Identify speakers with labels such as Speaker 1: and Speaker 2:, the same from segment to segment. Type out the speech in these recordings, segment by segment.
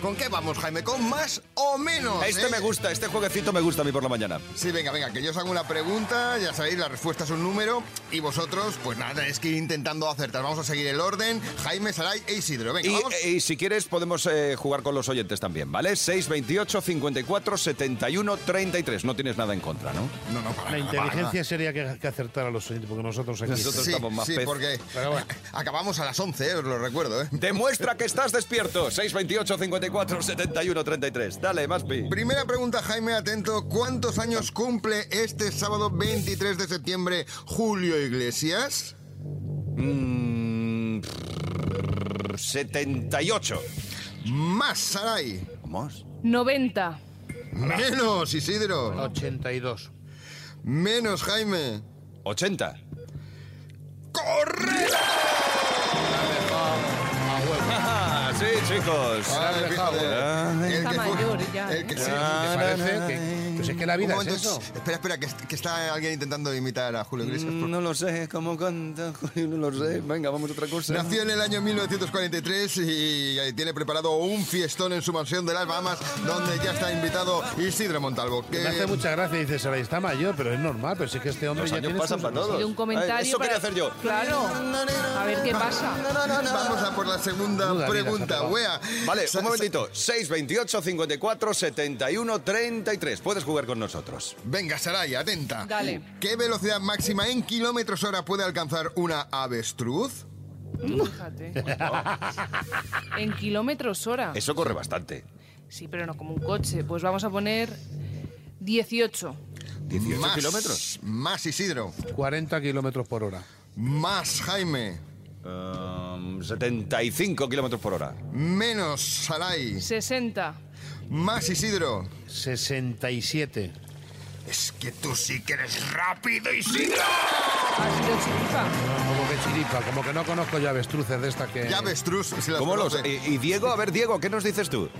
Speaker 1: ¿Con qué vamos, Jaime? ¿Con más o menos?
Speaker 2: Este
Speaker 1: eh?
Speaker 2: me gusta, este jueguecito me gusta a mí por la mañana.
Speaker 1: Sí, venga, venga, que yo os hago una pregunta, ya sabéis, la respuesta es un número y vosotros, pues nada, es que ir intentando acertar. Vamos a seguir el orden. Jaime, Saray e Isidro. Venga,
Speaker 2: Y,
Speaker 1: vamos.
Speaker 2: eh, y si quieres podemos eh, jugar con los oyentes también, ¿vale? 628 54 71 33. No tienes nada en contra, ¿no?
Speaker 1: No, no, para
Speaker 3: La
Speaker 1: nada, para
Speaker 3: inteligencia sería que, que acertara a los oyentes, porque nosotros aquí.
Speaker 1: nada.
Speaker 2: Nosotros
Speaker 1: Sí,
Speaker 2: estamos más
Speaker 1: sí,
Speaker 2: pez.
Speaker 1: porque
Speaker 3: Pero bueno.
Speaker 1: acabamos a las 11, eh, os lo recuerdo, ¿eh?
Speaker 2: Demuestra que estás despierto. 628 54 71 33. Dale, Maspi.
Speaker 1: Primera pregunta, Jaime, atento. ¿Cuántos años cumple este sábado 23 de septiembre Julio Iglesias?
Speaker 2: Mm, 78.
Speaker 1: Más, Saray.
Speaker 2: Vamos.
Speaker 4: 90.
Speaker 1: Menos, Isidro.
Speaker 3: 82.
Speaker 1: Menos, Jaime.
Speaker 2: 80.
Speaker 1: ¡Correcto!
Speaker 2: Ah, sí, chicos.
Speaker 3: Ah,
Speaker 1: Ay, fíjate. El
Speaker 4: Está
Speaker 1: que fu-
Speaker 4: mayor ya,
Speaker 1: el que-
Speaker 4: ¿eh?
Speaker 1: sí,
Speaker 3: ¿Te parece? Que, pues es que la vida
Speaker 1: Un
Speaker 3: es
Speaker 1: momento,
Speaker 3: eso. Mm.
Speaker 1: sh- Espera, espera, que, que está alguien intentando imitar a Julio Iglesias. por-
Speaker 2: No lo sé, ¿cómo canta? No lo sé. Venga, vamos a otra cosa.
Speaker 1: Nació en el año 1943 y eh, tiene preparado un fiestón en su mansión de las Bahamas, donde ya está invitado Isidro Montalvo. que-
Speaker 3: Me hace mucha gracia, dice Saray, está mayor, pero es normal, pero si es que este hombre
Speaker 2: Los
Speaker 3: ya
Speaker 2: años
Speaker 3: tiene
Speaker 2: pasan
Speaker 3: sus-
Speaker 2: para todos.
Speaker 4: Y un comentario.
Speaker 2: Eso
Speaker 4: para-
Speaker 2: quería hacer yo.
Speaker 4: Claro. A ver qué pasa.
Speaker 1: Vamos a por la segunda
Speaker 3: Menuda vida,
Speaker 1: pregunta,
Speaker 3: Zapata.
Speaker 1: wea.
Speaker 2: Vale,
Speaker 1: Sa-
Speaker 2: un momentito. 628 54 71 33. Puedes jugar con nosotros.
Speaker 1: Venga, Saray, atenta.
Speaker 4: Dale.
Speaker 1: ¿Qué velocidad máxima en kilómetros hora puede alcanzar una avestruz?
Speaker 4: Fíjate. en kilómetros hora.
Speaker 2: Eso corre bastante.
Speaker 4: Sí, pero no como un coche. Pues vamos a poner 18.
Speaker 2: 18
Speaker 1: Más-
Speaker 2: kilómetros.
Speaker 1: Más Isidro.
Speaker 3: 40 kilómetros por hora.
Speaker 1: Más Jaime.
Speaker 2: Um, 75 kilómetros por hora.
Speaker 1: Menos Saray.
Speaker 4: 60.
Speaker 1: Más Isidro.
Speaker 3: 67.
Speaker 1: Es que tú sí que eres rápido, Isidro.
Speaker 4: Ha sido chiripa.
Speaker 3: No, como que chiripa, como que no conozco yo avestruces de estas que.
Speaker 1: Ya avestruz. si las
Speaker 2: Eh. ¿Cómo los? eh?
Speaker 1: conoce.
Speaker 2: Y, y Diego, a ver, Diego, ¿qué nos dices tú?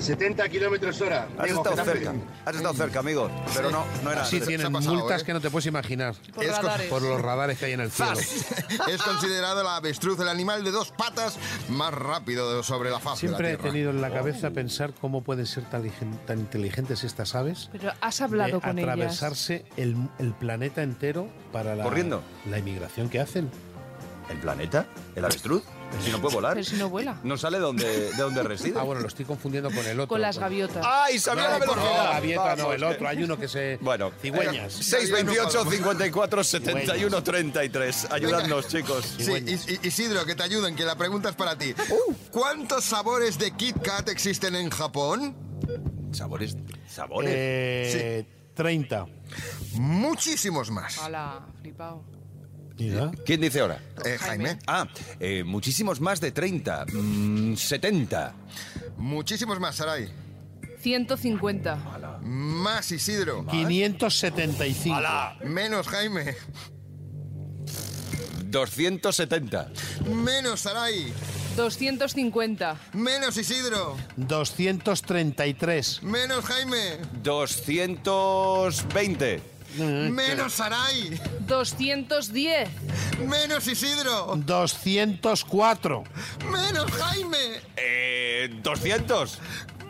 Speaker 5: 70 kilómetros hora.
Speaker 2: Has
Speaker 5: Digo,
Speaker 2: estado
Speaker 5: que
Speaker 2: cerca. Has estado cerca, amigo. Pero no, no era.
Speaker 3: Sí,
Speaker 1: Ah, se ha
Speaker 3: tienen
Speaker 1: pasado,
Speaker 3: multas
Speaker 1: ¿eh?
Speaker 3: que no te puedes imaginar.
Speaker 4: Por
Speaker 1: Es con-
Speaker 4: radares.
Speaker 3: Por los radares que hay en el cielo.
Speaker 1: Es considerado la avestruz, el animal de dos patas más rápido sobre la faz
Speaker 3: Siempre he
Speaker 1: de la Tierra.
Speaker 3: tenido en la
Speaker 1: Oh.
Speaker 3: cabeza pensar cómo pueden ser tan, ligen- tan inteligentes estas aves.
Speaker 4: Pero has
Speaker 3: de
Speaker 4: hablado con ellas.
Speaker 3: atravesarse el, el planeta entero para la,
Speaker 2: Corriendo.
Speaker 3: la inmigración que hacen.
Speaker 2: ¿El planeta? ¿El avestruz? Pero Si no puede volar.
Speaker 4: Pero si no vuela.
Speaker 2: No sale donde, de donde reside.
Speaker 3: Pues Ah, bueno, lo estoy confundiendo con el otro.
Speaker 4: Con las
Speaker 3: Bueno.
Speaker 4: gaviotas.
Speaker 2: ¡Ay, sabía
Speaker 1: No,
Speaker 2: la
Speaker 1: por
Speaker 3: No,
Speaker 2: velocidad!
Speaker 3: gaviota no,
Speaker 2: Vamos,
Speaker 3: el otro. Hay uno que se.
Speaker 2: Bueno.
Speaker 3: Cigüeñas.
Speaker 2: 628 54 71 33. Ayudadnos, chicos.
Speaker 1: Sí, Is- Is- Isidro, que te ayuden, que la pregunta es para ti.
Speaker 3: Uh.
Speaker 1: ¿Cuántos sabores de Kit Kat existen en Japón?
Speaker 2: Sabores. Sabores.
Speaker 3: Eh, 30.
Speaker 1: Muchísimos más.
Speaker 4: Hala, flipado.
Speaker 3: Mira.
Speaker 2: ¿Quién dice ahora?
Speaker 1: Eh, Jaime,
Speaker 2: Ah, eh, muchísimos más de 30. mm, 70.
Speaker 1: muchísimos más, Saray.
Speaker 4: 150.
Speaker 1: Más Isidro.
Speaker 3: 575.
Speaker 1: Menos Jaime.
Speaker 2: 270.
Speaker 1: Menos Saray.
Speaker 4: 250.
Speaker 1: Menos Isidro.
Speaker 3: 233.
Speaker 1: Menos Jaime.
Speaker 2: 220.
Speaker 3: Mm,
Speaker 1: Menos Saray.
Speaker 4: 210.
Speaker 1: Menos Isidro.
Speaker 3: 204.
Speaker 1: Menos Jaime.
Speaker 2: Eh, 200.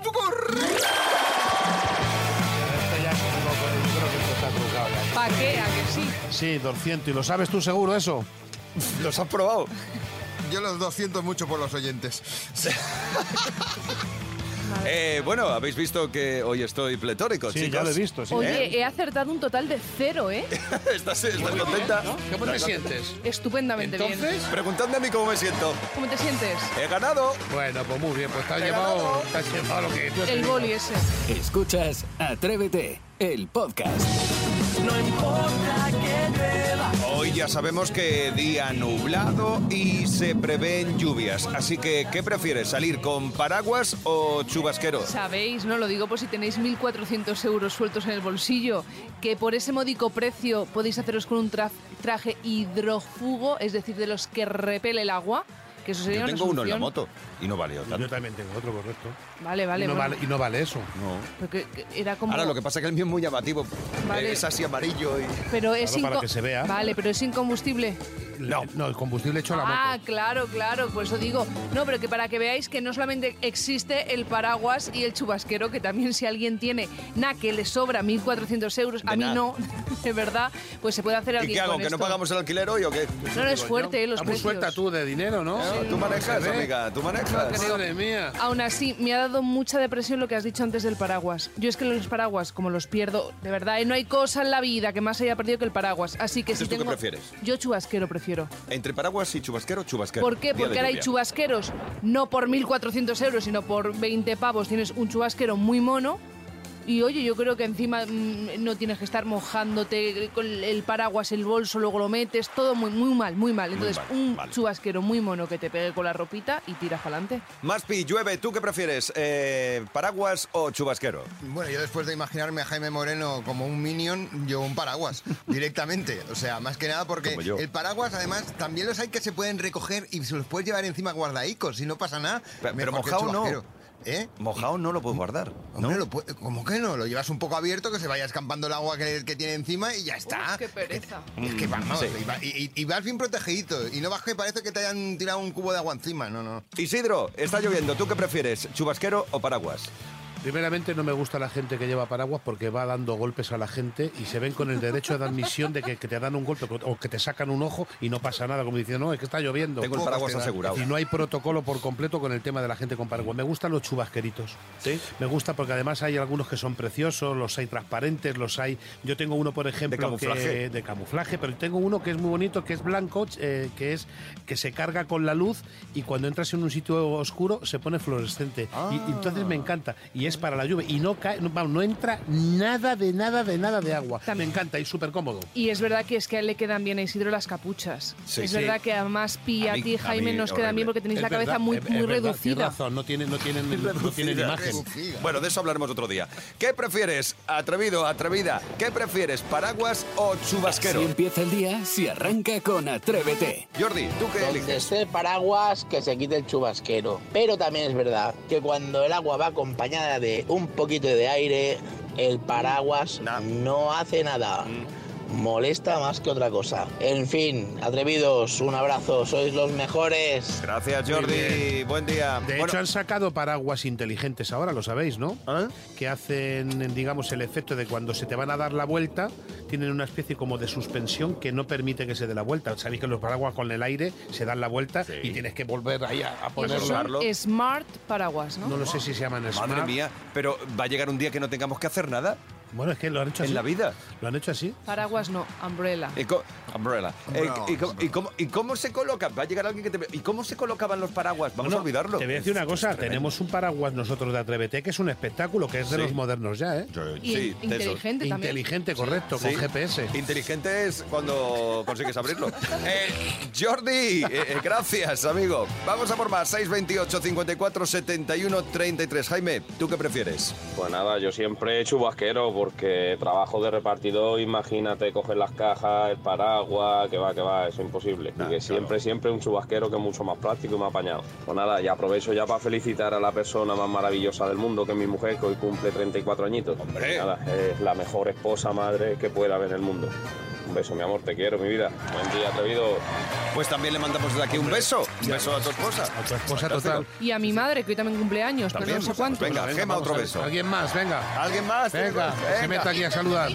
Speaker 1: ¡Correcto!
Speaker 4: ¿Para qué? ¿A que sí?
Speaker 3: Sí, 200. ¿Y lo sabes tú seguro eso?
Speaker 2: ¿Los has probado?
Speaker 1: Yo los 200 mucho por los oyentes.
Speaker 2: Eh, bueno, habéis visto que hoy estoy pletórico,
Speaker 3: Sí,
Speaker 2: chicos.
Speaker 3: ya lo he visto.
Speaker 2: Pues
Speaker 3: Sí.
Speaker 4: Oye, he acertado un total de cero, ¿eh?
Speaker 2: ¿Estás, estás contenta?
Speaker 3: ¿Cómo te sientes?
Speaker 4: Estupendamente bien.
Speaker 3: Entonces.
Speaker 2: Preguntadme a mí cómo me siento.
Speaker 4: ¿Cómo te sientes?
Speaker 2: He ganado.
Speaker 3: Bueno, pues muy bien, pues te has
Speaker 2: Regalado.
Speaker 3: llevado, te has llevado lo que tú has
Speaker 4: El
Speaker 3: tenido.
Speaker 4: boli ese.
Speaker 6: Escuchas Atrévete, el podcast.
Speaker 2: Hoy ya sabemos que día nublado y se prevén lluvias. Así que, ¿qué prefieres? ¿Salir con paraguas o chubasquero?
Speaker 4: Sabéis, no lo digo por si tenéis 1.400 euros sueltos en el bolsillo, que por ese módico precio podéis haceros con un tra- traje hidrofugo, es decir, de los que repele el agua. Que eso sería
Speaker 2: Yo
Speaker 4: una
Speaker 2: tengo uno en la
Speaker 4: solución.
Speaker 2: moto y no valió
Speaker 3: Yo
Speaker 2: tanto.
Speaker 3: también tengo otro, correcto.
Speaker 4: Vale, vale.
Speaker 3: y, no
Speaker 4: bueno,
Speaker 3: vale y no vale eso.
Speaker 2: No.
Speaker 4: pero que- que era como...
Speaker 2: Ahora lo que pasa es que el mío es muy llamativo.
Speaker 4: Vale.
Speaker 2: Es así amarillo y...
Speaker 4: Pero es
Speaker 3: Claro, para
Speaker 4: inco-
Speaker 3: que se vea.
Speaker 4: Vale, pero es incombustible.
Speaker 2: No.
Speaker 3: No, el combustible hecho a la
Speaker 4: Ah,
Speaker 3: moto.
Speaker 4: claro, claro, por eso digo. No, pero que para que veáis que no solamente existe el paraguas y el chubasquero, que también si alguien tiene na que le sobra 1.400 euros, a
Speaker 2: De
Speaker 4: mí
Speaker 2: na.
Speaker 4: no, de verdad, pues se puede hacer
Speaker 2: ¿Y
Speaker 4: alguien
Speaker 2: qué hago?
Speaker 4: con
Speaker 2: ¿Que no
Speaker 4: esto.
Speaker 2: pagamos el alquiler hoy o qué?
Speaker 4: No, no, es fuerte, eh, los
Speaker 3: Está muy
Speaker 4: precios.
Speaker 3: suelta tú de dinero, ¿no?
Speaker 2: No, Tú manejas,
Speaker 3: Se ve.
Speaker 2: amiga, tú manejas.
Speaker 3: Madre mía.
Speaker 4: Aún así, me ha dado mucha depresión lo que has dicho antes del paraguas. Yo es que los paraguas, como los pierdo, de verdad, eh, no hay cosa en la vida que más haya perdido que el paraguas. Así que si
Speaker 2: Entonces, ¿tú qué
Speaker 4: tengo...
Speaker 2: prefieres?
Speaker 4: Yo chubasquero prefiero.
Speaker 2: Entre paraguas y chubasquero, chubasquero.
Speaker 4: ¿Por qué?
Speaker 2: Día de
Speaker 4: Porque ahora hay
Speaker 2: lluvia.
Speaker 4: chubasqueros, no por 1.400 euros, sino por 20 pavos. Tienes un chubasquero muy mono. Y oye, yo creo que encima mm, no tienes que estar mojándote con el paraguas, el bolso, luego lo metes, todo muy, muy mal, muy mal. Entonces,
Speaker 2: mal,
Speaker 4: un
Speaker 2: vale.
Speaker 4: chubasquero muy mono que te pegue con la ropita y tiras para adelante.
Speaker 2: Maspi, llueve, ¿tú qué prefieres? Eh, ¿Paraguas o chubasquero?
Speaker 1: Bueno, yo después de imaginarme a Jaime Moreno como un minion, yo un paraguas directamente. O sea, más que nada porque
Speaker 2: Como yo.
Speaker 1: el paraguas, además, también los hay que se pueden recoger y se los puedes llevar encima guardaicos. Si no pasa nada,
Speaker 2: Pero- pero
Speaker 1: mejor que
Speaker 2: mojao no.
Speaker 1: chubasquero. ¿Eh?
Speaker 2: Mojado no lo puedes guardar.
Speaker 1: Hombre, lo pue- ¿cómo que no? Lo llevas un poco abierto, que se vaya escampando el agua que, que tiene encima y ya está.
Speaker 4: Uf, qué pereza.
Speaker 1: Es que vamos,
Speaker 2: Sí.
Speaker 1: y, va- y- y- y vas bien protegidito. Y no vas que parece que te hayan tirado un cubo de agua encima. No, no.
Speaker 2: Isidro, está lloviendo, ¿tú qué prefieres? ¿Chubasquero o paraguas?
Speaker 3: Primeramente no me gusta la gente que lleva paraguas porque va dando golpes a la gente y se ven con el derecho de admisión de que, que te dan un golpe o que te sacan un ojo y no pasa nada, como diciendo, no, es que está lloviendo.
Speaker 2: Tengo el paraguas
Speaker 1: te da.
Speaker 2: asegurado.
Speaker 3: Y no hay protocolo por completo con el tema de la gente con paraguas. Me gustan los chubasqueritos. ¿Sí? Me gusta porque además hay algunos que son preciosos, los hay transparentes, los hay... Yo tengo uno, por ejemplo,
Speaker 2: camuflaje.
Speaker 3: Que, de camuflaje, pero tengo uno que es muy bonito, que es blanco, eh, que es que se carga con la luz y cuando entras en un sitio oscuro se pone fluorescente. Y, y entonces me encanta. Y es para la lluvia. Y no cae, no, vamos, no entra nada de nada de nada de agua. Me encanta y súper cómodo.
Speaker 4: Y es verdad que es que a él le quedan bien a Isidro las capuchas.
Speaker 2: Sí,
Speaker 4: es
Speaker 2: sí.
Speaker 4: verdad que además
Speaker 2: A
Speaker 4: Pia, a
Speaker 2: mí-
Speaker 4: ti,
Speaker 2: a
Speaker 4: Jaime,
Speaker 2: mí
Speaker 4: nos quedan
Speaker 2: horrible.
Speaker 4: bien porque tenéis
Speaker 3: Es
Speaker 4: la
Speaker 3: verdad,
Speaker 4: cabeza muy,
Speaker 3: es- es
Speaker 4: muy
Speaker 3: verdad, tienes
Speaker 4: reducida.
Speaker 3: razón, no tienen, no tienen, no tienen imagen.
Speaker 1: Reducida.
Speaker 2: Bueno, de eso hablaremos otro día. ¿Qué prefieres, atrevido, atrevida? ¿Qué prefieres, paraguas o chubasquero?
Speaker 6: Si empieza el día, si arranca con Atrévete.
Speaker 2: Jordi, ¿tú qué
Speaker 7: Donde
Speaker 2: eliges?
Speaker 7: esté el este paraguas, que se quite el chubasquero. Pero también es verdad que cuando el agua va acompañada de un poquito de aire, el paraguas
Speaker 2: Nah.
Speaker 7: no hace nada. Molesta más que otra cosa. En fin, atrevidos, un abrazo, sois los mejores.
Speaker 2: Gracias, Jordi. Buen día.
Speaker 3: De
Speaker 2: Bueno,
Speaker 3: hecho, han sacado paraguas inteligentes ahora, lo sabéis, ¿no?
Speaker 2: ¿Ah?
Speaker 3: Que hacen, digamos, el efecto de cuando se te van a dar la vuelta, tienen una especie como de suspensión que no permite que se dé la vuelta. Sabéis que los paraguas con el aire se dan la vuelta y tienes que volver ahí a, a
Speaker 4: Esos
Speaker 3: ponerlo.
Speaker 2: Usarlo.
Speaker 4: son smart paraguas, ¿no?
Speaker 3: No lo sé si se llaman smart.
Speaker 2: madre mía, pero ¿va a llegar un día que no tengamos que hacer nada
Speaker 3: Bueno, es que lo han hecho así.
Speaker 2: en la vida?
Speaker 3: Lo han hecho así.
Speaker 4: Paraguas no, umbrella.
Speaker 2: Y co- umbrella. Eh,
Speaker 1: Umbrella,
Speaker 2: y, co- y cómo, y cómo se coloca? ¿Va a llegar alguien que te... ¿Y cómo se colocaban los paraguas? Vamos a
Speaker 3: Bueno,
Speaker 2: olvidarlo.
Speaker 3: Te voy a decir una cosa. Tenemos un paraguas nosotros de Atrévete que es un espectáculo, que es de
Speaker 2: Sí.
Speaker 3: los modernos ya, ¿eh?
Speaker 4: Y
Speaker 2: Sí, de esos.
Speaker 4: inteligente también.
Speaker 3: Inteligente, correcto,
Speaker 2: Sí.
Speaker 3: con GPS.
Speaker 2: Inteligente es cuando consigues abrirlo. Eh, Jordi, eh, eh, gracias, amigo. Vamos a por más. 628 54 71 33. Jaime, ¿tú qué prefieres?
Speaker 8: Pues nada, yo siempre chubasquero porque trabajo de repartidor, imagínate coger las cajas, el paraguas, que va, que va, eso es imposible.
Speaker 2: Nah,
Speaker 8: y que siempre, siempre un chubasquero que es mucho más práctico y más apañado. Pues nada, y aprovecho ya para felicitar a la persona más maravillosa del mundo, que es mi mujer, que hoy cumple 34 añitos. Pues
Speaker 2: Hombre.
Speaker 8: Nada, es la mejor esposa, madre que pueda haber en el mundo. Un beso, mi amor, te quiero, mi vida. Buen día, atrevido.
Speaker 2: Pues también le mandamos desde aquí un beso. Un beso a tu esposa.
Speaker 3: A tu esposa
Speaker 2: Fantástico.
Speaker 3: Pues total.
Speaker 4: Y a mi madre, que hoy también cumpleaños, pero
Speaker 2: También,
Speaker 4: no sé
Speaker 2: pues,
Speaker 4: cuánto.
Speaker 2: venga, Gema,
Speaker 3: vamos
Speaker 2: otro
Speaker 3: a ver.
Speaker 2: beso.
Speaker 3: Alguien más, venga.
Speaker 2: ¿Alguien más?
Speaker 3: Venga, que se meta aquí a saludar.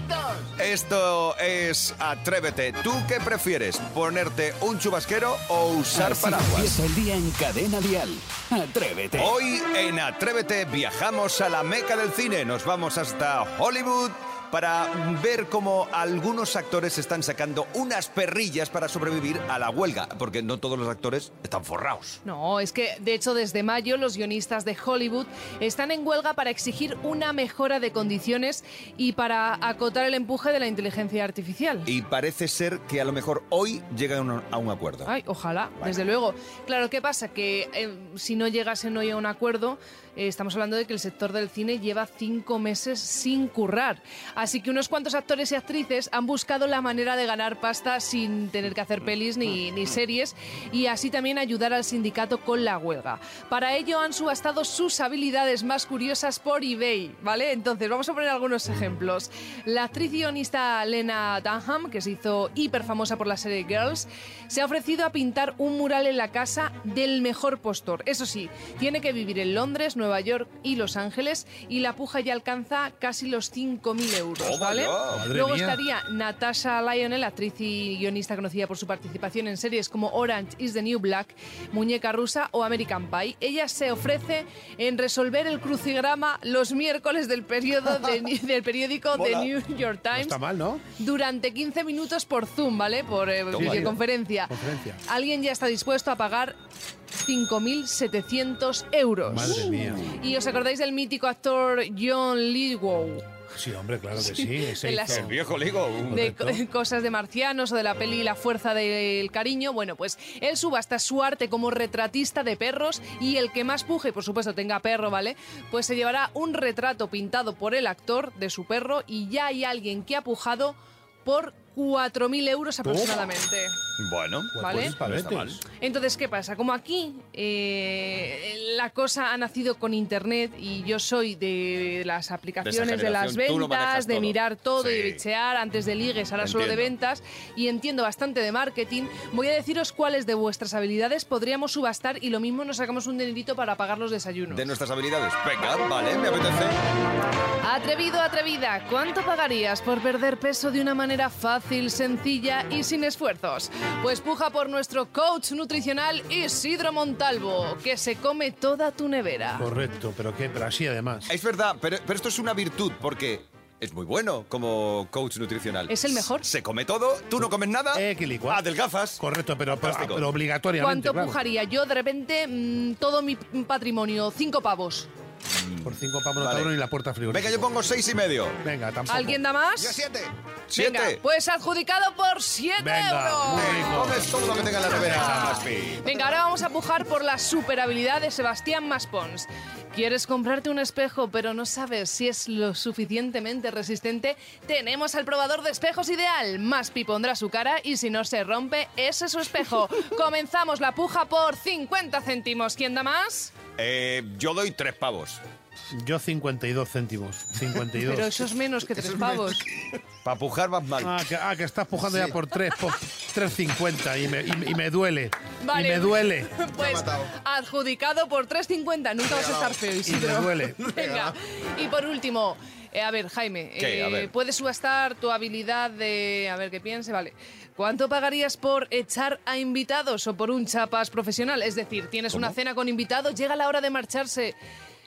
Speaker 2: Esto es Atrévete. ¿Tú qué prefieres? ¿Ponerte un chubasquero o usar
Speaker 6: Así
Speaker 2: paraguas?
Speaker 6: empieza el día en cadena dial. Atrévete.
Speaker 2: Hoy en Atrévete viajamos a la meca del cine. Nos vamos hasta Hollywood para ver cómo algunos actores están sacando unas perrillas para sobrevivir a la huelga, porque no todos los actores están forrados.
Speaker 4: No, es que de hecho desde mayo los guionistas de Hollywood están en huelga para exigir una mejora de condiciones y para acotar el empuje de la inteligencia artificial.
Speaker 2: Y parece ser que a lo mejor hoy llegan a un- a un acuerdo.
Speaker 4: Ay, ojalá,
Speaker 2: Bueno.
Speaker 4: desde luego. Claro, ¿qué pasa? Que eh, si no llegasen hoy a un acuerdo, eh, estamos hablando de que el sector del cine lleva cinco meses sin currar. Así que unos cuantos actores y actrices han buscado la manera de ganar pasta sin tener que hacer pelis ni, ni series y así también ayudar al sindicato con la huelga. Para ello han subastado sus habilidades más curiosas por eBay, ¿vale? Entonces, vamos a poner algunos ejemplos. La actriz y guionista Lena Dunham, que se hizo hiper famosa por la serie Girls, se ha ofrecido a pintar un mural en la casa del mejor postor. Eso sí, tiene que vivir en Londres, Nueva York y Los Ángeles y la puja ya alcanza casi los 5.000 euros,
Speaker 2: Toma
Speaker 4: ¿vale?
Speaker 2: ya, madre
Speaker 4: Luego
Speaker 3: mía.
Speaker 4: estaría Natasha Lionel, actriz y guionista conocida por su participación en series como Orange is the New Black, Muñeca Rusa o American Pie. Ella se ofrece en resolver el crucigrama los miércoles del, periodo de- del periódico The
Speaker 2: Mola.
Speaker 4: New York
Speaker 3: No
Speaker 4: Times
Speaker 3: está mal, ¿no?
Speaker 4: durante 15 minutos por Zoom, ¿vale? Por eh,
Speaker 2: Toma.
Speaker 4: videoconferencia.
Speaker 3: Conferencia.
Speaker 4: Alguien ya está dispuesto a pagar 5.700 euros.
Speaker 3: Madre mía.
Speaker 4: ¿Y os acordáis del mítico actor John Lithgow?
Speaker 3: Sí, hombre, claro que sí. ese
Speaker 4: En la-
Speaker 3: hizo-
Speaker 4: El
Speaker 2: Viejo ligo.
Speaker 4: de
Speaker 3: Correcto.
Speaker 4: co- cosas de marcianos o de la peli La fuerza del cariño. Bueno, pues él subasta su arte como retratista de perros y el que más puje, y por supuesto tenga perro, ¿vale? Pues se llevará un retrato pintado por el actor de su perro y ya hay alguien que ha pujado por 4.000 euros aproximadamente.
Speaker 2: Bueno,
Speaker 4: ¿Vale?
Speaker 2: pues no está mal.
Speaker 3: Paletes.
Speaker 4: Entonces, ¿qué pasa? Como aquí eh, la cosa ha nacido con Internet y yo soy de las aplicaciones, de, las
Speaker 2: generación, tú lo
Speaker 4: ventas,
Speaker 2: manejas
Speaker 4: de
Speaker 2: todo.
Speaker 4: mirar todo
Speaker 2: Sí.
Speaker 4: y bichear antes de ligues, ahora solo de
Speaker 2: Entiendo.
Speaker 4: ventas, y entiendo bastante de marketing, voy a deciros cuáles de vuestras habilidades podríamos subastar y lo mismo nos sacamos un dinerito para pagar los desayunos.
Speaker 2: De nuestras habilidades. Venga, vale, me apetece.
Speaker 4: Atrevido, atrevida, ¿cuánto pagarías por perder peso de una manera fácil, sencilla y sin esfuerzos? Pues puja por nuestro coach nutricional Isidro Montalvo, que se come toda tu nevera.
Speaker 3: Correcto, pero qué, pero así además.
Speaker 2: Es verdad, pero, pero esto es una virtud porque es muy bueno como coach nutricional.
Speaker 4: Es el mejor.
Speaker 2: Se come todo, tú no comes nada. Ah,
Speaker 3: Eh, qué licua.
Speaker 2: Adelgazas.
Speaker 3: Correcto, pero, pero,
Speaker 2: Fantástico.
Speaker 3: pero obligatoriamente.
Speaker 4: ¿Cuánto
Speaker 3: claro.
Speaker 4: pujaría yo de repente mm, todo mi patrimonio? Cinco pavos.
Speaker 3: Por cinco pavos no
Speaker 2: Vale.
Speaker 3: cabrón y la puerta frigorífica.
Speaker 2: Venga, yo pongo seis y medio.
Speaker 3: Venga, tampoco.
Speaker 4: ¿Alguien da más?
Speaker 2: Yo siete.
Speaker 4: Venga,
Speaker 2: Siete.
Speaker 4: pues adjudicado por siete
Speaker 3: Venga,
Speaker 4: euros.
Speaker 3: muy rico.
Speaker 2: Comes todo lo que tenga en la nevera, Maspi.
Speaker 4: Venga, ahora vamos a pujar por la super habilidad de Sebastián Maspons. ¿Quieres comprarte un espejo pero no sabes si es lo suficientemente resistente? Tenemos al probador de espejos ideal. Maspi pondrá su cara y si no se rompe, ese es su espejo. Comenzamos la puja por 50 céntimos. ¿Quién da más?
Speaker 2: Eh, yo doy tres pavos.
Speaker 3: Yo 52 céntimos. 52.
Speaker 4: Pero eso es menos que tres pavos.
Speaker 2: Para pujar vas mal.
Speaker 3: Ah, que, ah, que estás pujando ya por 3, por 3.50 y me, y, me- y me duele.
Speaker 4: Vale.
Speaker 3: Y me duele.
Speaker 4: Pues
Speaker 1: matado.
Speaker 4: adjudicado por 3.50. Nunca vas a estar feo,
Speaker 3: Y me
Speaker 4: Isidro.
Speaker 3: duele.
Speaker 4: Venga. Y por último, eh, a ver, Jaime, eh,
Speaker 2: ¿Qué? A ver.
Speaker 4: puedes subastar tu habilidad de. A ver, que piense, vale. ¿Cuánto pagarías por echar a invitados o por un chapas profesional? Es decir, tienes una cena con invitados, llega la hora de marcharse.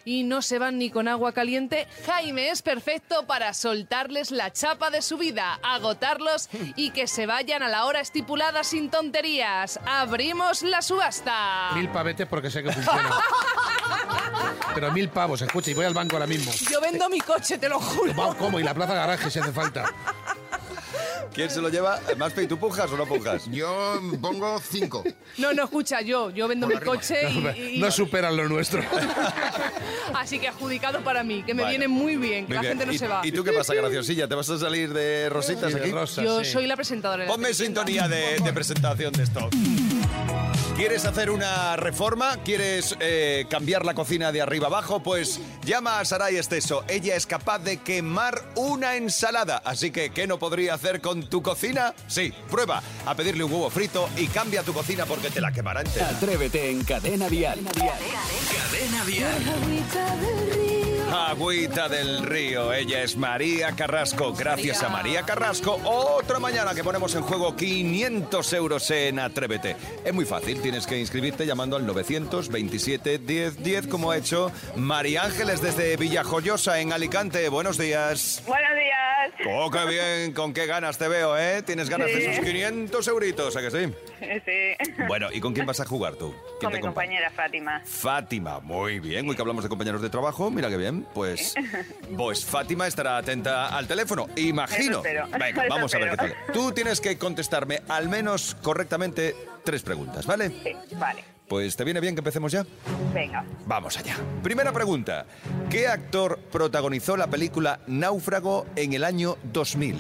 Speaker 4: Y no se van ni con agua caliente. Jaime es perfecto para soltarles la chapa de su vida, agotarlos y que se vayan a la hora estipulada sin tonterías. Abrimos la subasta.
Speaker 3: Mil pavetes porque sé que funciona. Pero mil pavos, escucha, y voy al banco ahora mismo.
Speaker 4: Yo vendo mi coche, te lo juro.
Speaker 3: Vamos, ¿cómo? Y la plaza garaje si hace falta.
Speaker 2: ¿Quién se lo lleva? Eh, Maspi, ¿tú pujas o no pujas?
Speaker 1: Yo pongo cinco.
Speaker 4: No, no, escucha, yo, yo vendo mi coche y, y-
Speaker 3: No superan lo nuestro.
Speaker 4: así que adjudicado para mí, que me
Speaker 2: Vale.
Speaker 4: viene muy bien, que
Speaker 2: Muy
Speaker 4: la
Speaker 2: bien.
Speaker 4: gente no
Speaker 2: ¿Y-
Speaker 4: se va.
Speaker 2: ¿Y tú qué pasa, graciosilla? ¿Te vas a salir de rositas aquí?
Speaker 3: Rosa,
Speaker 4: yo
Speaker 3: sí.
Speaker 4: soy la presentadora. de la
Speaker 2: Ponme
Speaker 4: televisión.
Speaker 2: sintonía de, de presentación de esto. ¿Quieres hacer una reforma? ¿Quieres eh, cambiar la cocina de arriba abajo? Pues llama a Saray Esteso. Ella es capaz de quemar una ensalada. Así que, ¿qué no podría hacer con tu cocina? Sí, prueba a pedirle un huevo frito y cambia tu cocina porque te la quemará entera.
Speaker 6: Atrévete en Cadena Dial. Cadena Dial.
Speaker 2: Agüita del río, ella es María Carrasco. Gracias a María Carrasco, otra mañana que ponemos en juego 500 euros en Atrévete. Es muy fácil, tienes que inscribirte llamando al 927 10 10, como ha hecho María Ángeles desde Villajoyosa, en Alicante. Buenos días.
Speaker 9: Buenos días. días.
Speaker 2: ¡Oh, qué bien! ¿Con qué ganas te veo, eh? ¿Tienes ganas de
Speaker 9: Sí.
Speaker 2: esos 500 euritos, a que sí?
Speaker 9: Sí.
Speaker 2: Bueno, ¿y con quién vas a jugar tú? ¿Quién
Speaker 9: Con
Speaker 2: te
Speaker 9: mi
Speaker 2: acompaña?
Speaker 9: compañera Fátima.
Speaker 2: Fátima, muy bien. Hoy que hablamos de compañeros de trabajo, mira qué bien. Pues, pues Fátima estará atenta al teléfono, imagino.
Speaker 9: Eso espero.
Speaker 2: Venga,
Speaker 9: Eso
Speaker 2: vamos a ver qué tal.
Speaker 9: espero.
Speaker 2: Tú tienes que contestarme al menos correctamente tres preguntas, ¿vale?
Speaker 9: Sí, vale.
Speaker 2: Pues te viene bien que empecemos ya.
Speaker 9: Venga.
Speaker 2: Vamos allá. Primera pregunta. ¿Qué actor protagonizó la película Náufrago en el año 2000?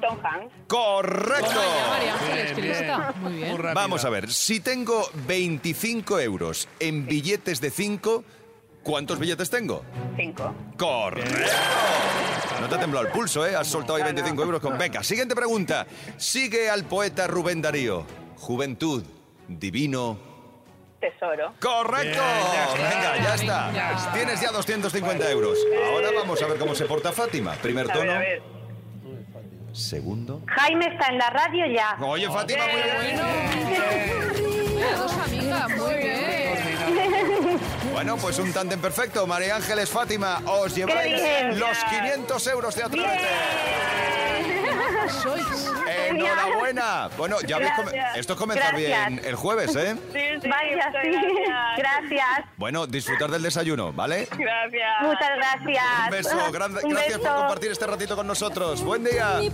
Speaker 9: Tom Hanks.
Speaker 2: ¡Correcto!
Speaker 4: Vaya, María Ángeles, que
Speaker 3: Bien,
Speaker 4: lista. Muy bien.
Speaker 3: Muy rápida.
Speaker 2: Vamos a ver, si tengo 25 euros en billetes de 5, ¿cuántos billetes tengo?
Speaker 9: Cinco.
Speaker 2: ¡Correcto! No te ha temblado el pulso, ¿eh? Has soltado ahí
Speaker 9: No, no.
Speaker 2: 25 euros con... Venga, siguiente pregunta. Sigue al poeta Rubén Darío. Juventud, divino...
Speaker 9: Tesoro.
Speaker 2: ¡Correcto! Venga, ya está.
Speaker 4: Venga.
Speaker 2: Tienes ya 250 euros. Ahora vamos a ver cómo se porta Fátima. Primer
Speaker 9: A ver,
Speaker 2: tono,
Speaker 9: a ver.
Speaker 2: segundo...
Speaker 10: Jaime está en la radio ya.
Speaker 2: Oye, Fátima, muy
Speaker 9: Eh.
Speaker 2: bueno.
Speaker 4: Mira, dos amigas, muy bien.
Speaker 2: Bueno, pues un tándem perfecto. María Ángeles, Fátima, os lleváis
Speaker 10: bien!
Speaker 2: los 500 euros de Atrévete.
Speaker 4: Sois.
Speaker 2: ¡Enhorabuena! Bueno, ya habéis come-
Speaker 9: Gracias.
Speaker 2: Esto es comenzar
Speaker 10: Gracias.
Speaker 2: bien el jueves, ¿eh?
Speaker 9: Sí, sí,
Speaker 10: Vaya,
Speaker 9: muchas
Speaker 10: sí.
Speaker 9: Gracias.
Speaker 10: Gracias.
Speaker 2: Bueno, disfrutar del desayuno, ¿vale?
Speaker 9: Gracias.
Speaker 10: Muchas gracias.
Speaker 2: Un beso, gran-
Speaker 10: Un
Speaker 2: gracias por
Speaker 10: beso.
Speaker 2: compartir este ratito con nosotros. Buen día.
Speaker 6: Así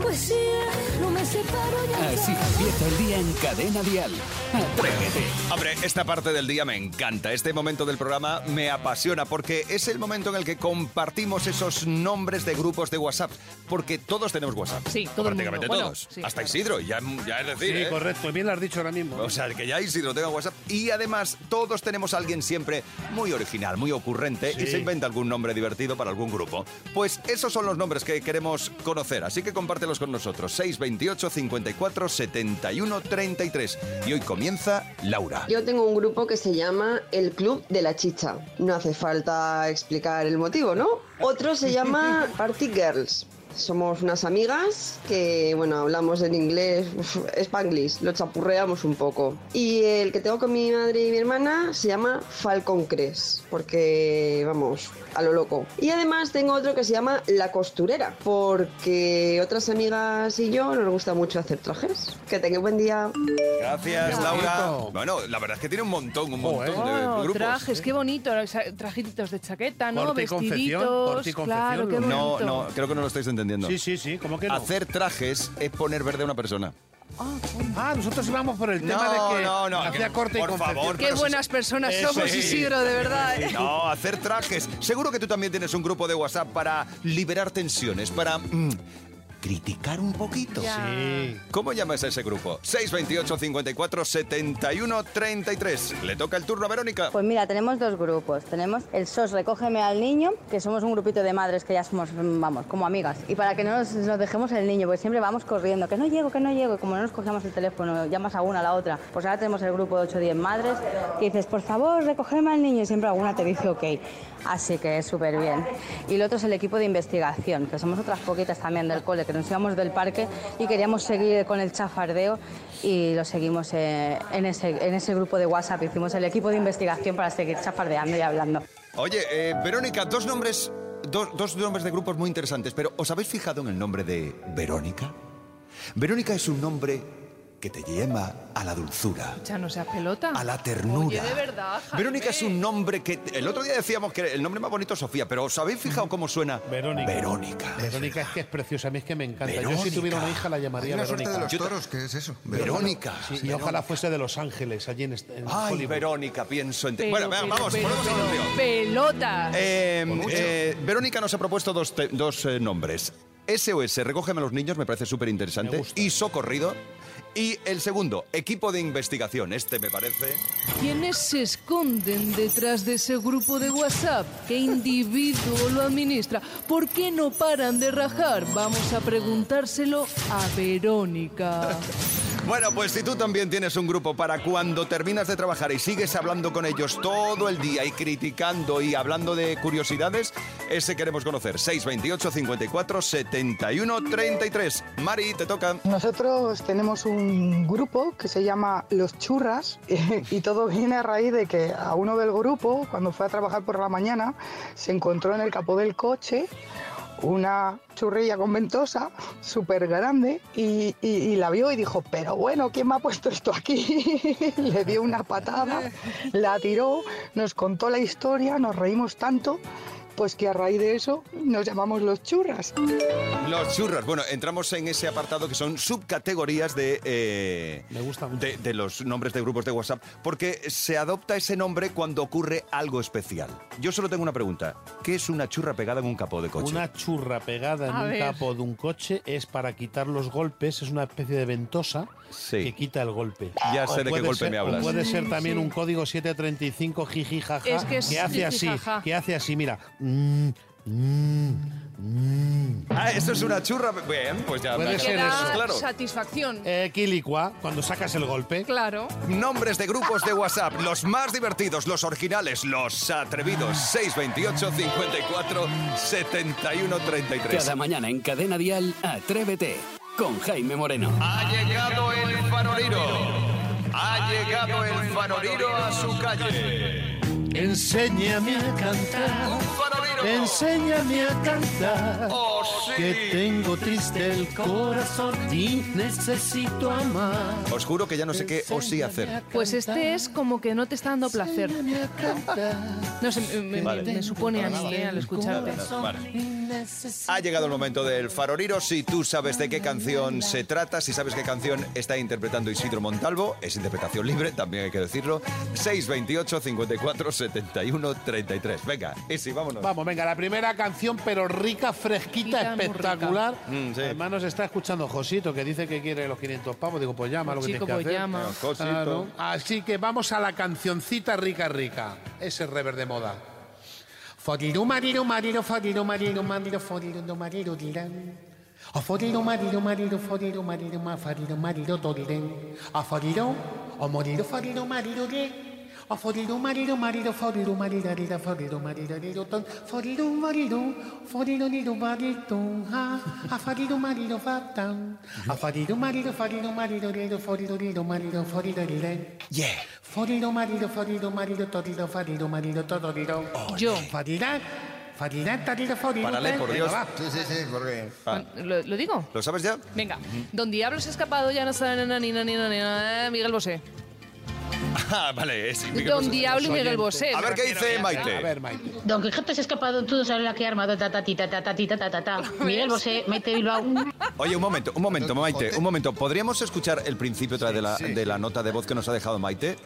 Speaker 6: empieza el día en cadena dial. Atrévete.
Speaker 2: Hombre, esta parte del día me encanta. Este momento del programa me apasiona porque es el momento en el que compartimos esos nombres de grupos de WhatsApp. Porque todos tenemos WhatsApp.
Speaker 4: Sí, todo el mundo.
Speaker 2: Prácticamente
Speaker 4: Bueno,
Speaker 2: todos.
Speaker 4: sí,
Speaker 2: Hasta
Speaker 4: claro.
Speaker 2: Isidro, ya, ya es decir.
Speaker 3: Sí,
Speaker 2: ¿eh?
Speaker 3: correcto. Bien lo has dicho ahora mismo.
Speaker 2: O sea, el que ya Isidro tenga WhatsApp. Y además, todos tenemos a alguien siempre muy original, muy ocurrente y
Speaker 3: Sí.
Speaker 2: se inventa algún nombre divertido para algún grupo. Pues esos son los nombres que queremos conocer, así que compártelos con nosotros. 628 54 71 33. Y hoy comienza Laura.
Speaker 11: Yo tengo un grupo que se llama El Club de la Chicha. No hace falta explicar el motivo, ¿no? Otro se llama Party Girls. Somos unas amigas que, bueno, hablamos en inglés, spanglish, lo chapurreamos un poco. Y el que tengo con mi madre y mi hermana se llama Falcon Crest, porque, vamos, a lo loco. Y además tengo otro que se llama La Costurera, porque otras amigas y yo nos gusta mucho hacer trajes. Que tengáis buen día.
Speaker 2: Gracias, Laura.
Speaker 3: bonito.
Speaker 2: Bueno, la verdad es que tiene un montón, un
Speaker 3: Joder.
Speaker 2: montón de
Speaker 4: Oh,
Speaker 2: grupos.
Speaker 4: trajes, qué bonito, esa- trajitos de chaqueta, ¿no?
Speaker 3: Corte y confección,
Speaker 4: Vestiditos,
Speaker 3: corte y
Speaker 4: claro,
Speaker 3: confección,
Speaker 4: qué
Speaker 2: No,
Speaker 4: bonito.
Speaker 2: no, creo que no lo estáis entendiendo.
Speaker 3: Sí, sí, sí. ¿Cómo que no?
Speaker 2: Hacer trajes es poner verde a una persona.
Speaker 3: Ah, nosotros íbamos por el tema
Speaker 2: No,
Speaker 3: de que
Speaker 2: no, no,
Speaker 3: hacía
Speaker 2: que-
Speaker 3: corte y
Speaker 2: por
Speaker 3: confección.
Speaker 2: favor.
Speaker 4: Qué
Speaker 2: pero si-
Speaker 4: buenas personas
Speaker 2: Eso
Speaker 4: somos,
Speaker 2: sí.
Speaker 4: Isidro, de verdad. ¿eh?
Speaker 2: No, hacer trajes. Seguro que tú también tienes un grupo de WhatsApp para liberar tensiones, para mm, criticar un poquito.
Speaker 3: Sí.
Speaker 2: ¿Cómo llamas a ese grupo? 628 54 71 33. Le toca el turno a Verónica.
Speaker 10: Pues mira, tenemos dos grupos. Tenemos el SOS Recógeme al Niño, que somos un grupito de madres que ya somos, mm, vamos, como amigas. Y para que no nos, nos dejemos el niño, porque siempre vamos corriendo, que no llego, que no llego. Y como no nos cogemos el teléfono, llamas a una, a la otra. Pues ahora tenemos el grupo de 8 o 10 madres que dices, por favor, recógeme al niño. Y siempre alguna te dice, ok. Así que es súper bien. Y el otro es el equipo de investigación, que somos otras poquitas también del cole, que nos íbamos del parque y queríamos seguir con el chafardeo y lo seguimos eh, en, ese, en ese grupo de WhatsApp. Hicimos el equipo de investigación para seguir chafardeando y hablando.
Speaker 2: Oye, eh, Verónica, dos nombres. Dos, dos nombres de grupos muy interesantes, pero ¿os habéis fijado en el nombre de Verónica? Verónica es un nombre que te lleva a la dulzura.
Speaker 4: Ya no seas pelota.
Speaker 2: a la ternura.
Speaker 4: Oye, de verdad, Jaime.
Speaker 2: Verónica es un nombre que el otro día decíamos que el nombre más bonito es Sofía, pero ¿os habéis fijado cómo suena?
Speaker 3: Verónica.
Speaker 2: Verónica.
Speaker 3: Verónica es que es preciosa, a mí es que me encanta. Yo si
Speaker 2: Verónica.
Speaker 3: tuviera una hija la
Speaker 1: Hay
Speaker 3: llamaría
Speaker 1: una suerte de
Speaker 3: Verónica.
Speaker 1: los toros, ¿qué es eso?
Speaker 2: Verónica.
Speaker 3: Sí, y ojalá fuese de Los Ángeles, allí en, est- en
Speaker 2: Ay,
Speaker 3: Hollywood.
Speaker 2: Verónica, pienso en ti.
Speaker 4: Pero,
Speaker 2: Bueno, venga,
Speaker 4: pero,
Speaker 2: vamos,
Speaker 4: pero,
Speaker 2: ponemos en
Speaker 4: pero,
Speaker 2: acción.
Speaker 4: Pelota.
Speaker 2: Eh, eh, Verónica nos ha propuesto dos, te- dos, eh, nombres. SOS, recógeme a los niños, me parece súper interesante. Y socorrido. Y el segundo, equipo de investigación. Este me parece.
Speaker 4: ¿Quiénes se esconden detrás de ese grupo de WhatsApp? ¿Qué individuo lo administra? ¿Por qué no paran de rajar? Vamos a preguntárselo a Verónica.
Speaker 2: Bueno, pues si tú también tienes un grupo para cuando terminas de trabajar y sigues hablando con ellos todo el día y criticando y hablando de curiosidades, ese queremos conocer. 628 54 71 33. Mari, te toca.
Speaker 10: Nosotros tenemos un grupo que se llama Los Churras y todo viene a raíz de que a uno del grupo, cuando fue a trabajar por la mañana, se encontró en el capó del coche
Speaker 12: una churrilla con ventosa súper grande y, y- y la vio y dijo, pero bueno, ¿quién me ha puesto esto aquí? Le dio una patada, la tiró, nos contó la historia, nos reímos tanto, pues que a raíz de eso nos llamamos los churras.
Speaker 2: Los churras. Bueno, entramos en ese apartado que son subcategorías de, eh, de, de los nombres de grupos de WhatsApp, porque se adopta ese nombre cuando ocurre algo especial. Yo solo tengo una pregunta. ¿Qué es una churra pegada en un capó de coche?
Speaker 3: Una churra pegada en
Speaker 4: A
Speaker 3: un
Speaker 4: ver.
Speaker 3: capo de un coche es para quitar los golpes, es una especie de ventosa que quita el golpe.
Speaker 2: Ya sé de qué
Speaker 3: puede
Speaker 2: golpe
Speaker 3: ser-
Speaker 2: me hablas.
Speaker 3: o Puede ser también
Speaker 4: Sí.
Speaker 3: un código 735 jiji jaja,
Speaker 4: Es que es jiji,
Speaker 3: hace así,
Speaker 4: jaja.
Speaker 3: que hace así, mira. Mm, mm, mm.
Speaker 2: Ah, eso es una churra. Bien, pues ya
Speaker 3: Puede
Speaker 2: me
Speaker 3: ser
Speaker 2: acabas-
Speaker 3: eso.
Speaker 2: Claro.
Speaker 4: Satisfacción.
Speaker 3: Eh, quilicua, cuando sacas el golpe.
Speaker 4: Claro.
Speaker 2: Nombres de grupos de WhatsApp, los más divertidos, los originales, los atrevidos. 628 54 71 33.
Speaker 6: Cada mañana en Cadena Dial, Atrévete con Jaime Moreno.
Speaker 2: Ha llegado el faroliro. Ha llegado el faroliro a su calle.
Speaker 3: Enséñame a cantar. Enséñame a cantar.
Speaker 2: Oh,
Speaker 3: Que tengo triste el corazón y necesito amar.
Speaker 2: Os juro que ya no sé qué o sí hacer.
Speaker 4: Pues este es como que no te está dando placer. No sé, me- me,
Speaker 2: Vale.
Speaker 4: me supone a mí, eh, al escucharte.
Speaker 2: Ha llegado el momento del faroliro. Si tú sabes de qué canción se trata, si sabes qué canción está interpretando Isidro Montalvo, es interpretación libre, también hay que decirlo. 628 54 71 33. Venga, Isi, vámonos.
Speaker 3: Vamos, venga, la primera canción, pero rica, fresquita, espectacular. Además nos está escuchando Josito, que dice que quiere los 500 pavos. Digo, pues llama lo que tienes
Speaker 4: Chico,
Speaker 3: que
Speaker 4: pues
Speaker 3: hacer.
Speaker 4: llama. Pero, Josito.
Speaker 3: Claro. Así que vamos a la cancioncita rica, rica. Es el rever de moda. Fodiru, mariru, mariru, fodiru, mariru, mariru, fodiru, mariru, dirán. A fodiru, mariru, mariru, fodiru, mariru, ma, fodiru, mariru, dodirán. A fodiru, o moriru, fodiru, mariru, de. A fodiru, mariru, mariru, fodiru, mariru, mariru, fodiru, mariru, mariru, ton. Fodiru, mariru, fodiru, mariru, mariru, ha. A fodiru, mariru, fatan. A fodiru, mariru, fodiru, mariru, mariru, fodiru, mariru, mariru, fodiru, dirán.
Speaker 2: Yeah.
Speaker 3: Fodido, marido, fodido, marido, todido, fodido, marido, tododido. Yo. Faridad, faridad, todido, fodido.
Speaker 2: Párale, por Dios.
Speaker 3: Venga, va.
Speaker 1: Sí, sí, sí, porque...
Speaker 2: Ah,
Speaker 4: ¿Lo, lo digo?
Speaker 2: ¿Lo sabes ya?
Speaker 4: Venga. Don Diablo se ha escapado, ya no está na, na, ni na, ni na, ni na, eh, Miguel Bosé.
Speaker 2: Ah, vale, Isi. Miguel
Speaker 4: Don
Speaker 2: Bosé.
Speaker 4: Diablo y Miguel Bosé.
Speaker 2: A ver qué dice Maite.
Speaker 3: Maite.
Speaker 13: Don Quijote se ha escapado, tú no sabes la que ha armado. Ta, ta, ti, ta, ta, ta, ti, ta, ta, ta, ta. Miguel Bosé, Maite Bilbao.
Speaker 2: Oye, un momento, un momento, Maite, un momento. ¿Podríamos escuchar el principio otra vez de la, de la nota de voz que nos ha dejado Maite?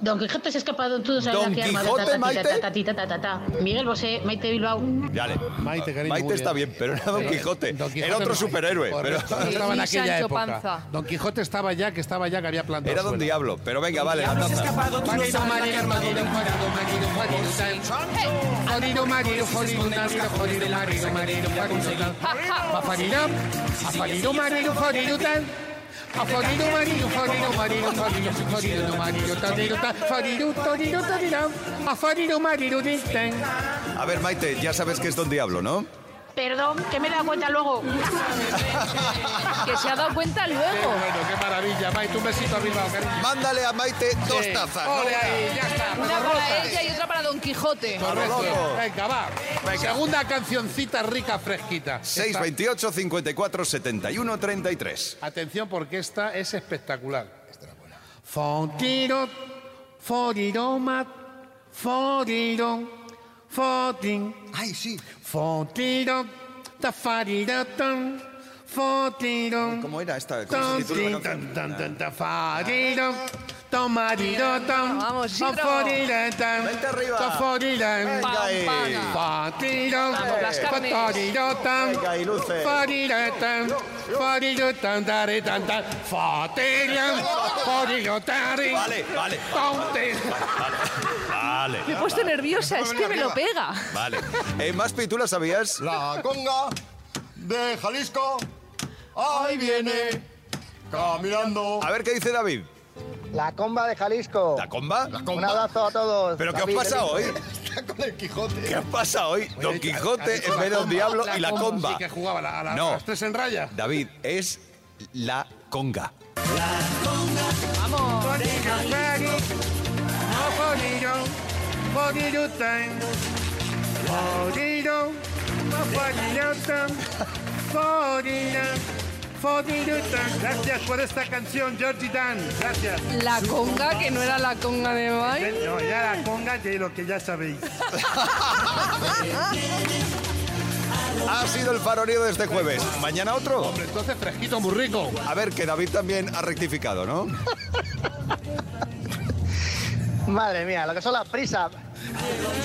Speaker 13: Don Quijote se ha escapado, tú no sabes
Speaker 2: Don
Speaker 13: la que ha armado.
Speaker 2: Quijote,
Speaker 13: Ta, ta, ti,
Speaker 2: Maite.
Speaker 13: ta, ta, ti, ta, ta, ta, ta. Miguel Bosé, Maite Bilbao.
Speaker 2: Dale.
Speaker 3: Maite, cariño,
Speaker 2: Maite
Speaker 3: muy
Speaker 2: está
Speaker 3: bien.
Speaker 2: bien, pero no era Don
Speaker 3: Pero-
Speaker 2: Quijote.
Speaker 3: Don Quijote
Speaker 2: era otro
Speaker 3: no.
Speaker 2: superhéroe. Pero...
Speaker 3: Correcto, no estaba en
Speaker 4: Y
Speaker 3: aquella
Speaker 4: Sancho
Speaker 3: época.
Speaker 4: Panza.
Speaker 3: Don Quijote estaba ya, que estaba ya, que había plantado.
Speaker 2: Era Don
Speaker 3: suelo.
Speaker 2: Diablo. Pero venga, vale. la
Speaker 3: Marido,
Speaker 2: taza.
Speaker 3: marido, marido, marido, marido, marido, Sancho. Marido, marido, marido, marido, marido, marido, marido, marido, marido. Afarirán, afarido, marido, afarido, tan. Afarido, marido, afarido, marido, afarido, afarido, no, marido, tarido, tan. Afarido, tarido, tarirán. Afarido, marido, de, tan.
Speaker 2: A ver, Maite, ya sabes que es Don Diablo, ¿no?
Speaker 13: Perdón, que me he dado cuenta luego.
Speaker 4: Que se ha dado cuenta
Speaker 3: Qué
Speaker 4: luego.
Speaker 3: bueno, qué maravilla. Maite, un besito arriba, cariño.
Speaker 2: Mándale a Maite dos tazas. ¿no?
Speaker 3: Ole ahí, ya está.
Speaker 4: Una para ella y otra para Don Quijote.
Speaker 3: Correcto.
Speaker 2: loco.
Speaker 3: Venga, va.
Speaker 2: Venga.
Speaker 3: Segunda cancioncita rica, fresquita. Esta-
Speaker 2: 628 54 71 33.
Speaker 3: Atención porque esta es espectacular. Fontiro, foriromat, forirón, fotin.
Speaker 1: Ay, sí.
Speaker 3: Fontiro, tafariratón, fotirón.
Speaker 2: ¿Cómo era esta? ¿Cómo se titula la canción?
Speaker 3: Tafarirón, tomarirotón.
Speaker 4: Vamos, Isidro.
Speaker 3: Tafarirotón,
Speaker 2: Vente arriba.
Speaker 3: tafarirán.
Speaker 2: Venga eh. ahí.
Speaker 4: Pampana.
Speaker 3: Fotirón,
Speaker 4: Vamos, las carnes.
Speaker 3: fotorirotón.
Speaker 2: Venga ahí, luces.
Speaker 3: Forirotan, forirotan, taretan, tan, foterian, forirotarin,
Speaker 2: Vale, vale.
Speaker 3: tonte.
Speaker 2: Vale.
Speaker 4: Me he puesto nerviosa, es que me lo pega.
Speaker 2: Vale. Eh, más pitula, ¿sabías?
Speaker 1: La conga de Jalisco, ahí viene, caminando.
Speaker 2: A ver qué dice David.
Speaker 14: La comba de Jalisco.
Speaker 2: ¿La comba?
Speaker 14: Un abrazo a todos.
Speaker 2: ¿Pero qué os
Speaker 14: David,
Speaker 2: pasa hoy?
Speaker 1: Está con el Quijote.
Speaker 2: ¿Qué os pasa hoy? Don Quijote en vez de Don Diablo y la comba.
Speaker 3: Sí, que jugaba a la- a la-
Speaker 2: No.
Speaker 3: a las tres en raya.
Speaker 2: David, es la conga.
Speaker 4: Vamos.
Speaker 3: Fori- foriron, forirutan, foriron,
Speaker 15: Forinata, forina, foriruta. Gracias por esta canción, Georgie Dan. Gracias.
Speaker 4: La conga, que no era la conga de Mai.
Speaker 15: No, ya la conga de lo que ya sabéis.
Speaker 2: Ha sido el faroleo de este jueves. ¿Mañana otro? Hombre,
Speaker 3: entonces fresquito, muy rico.
Speaker 2: A ver, que David también ha rectificado, ¿no?
Speaker 14: Madre mía, lo que son las prisas.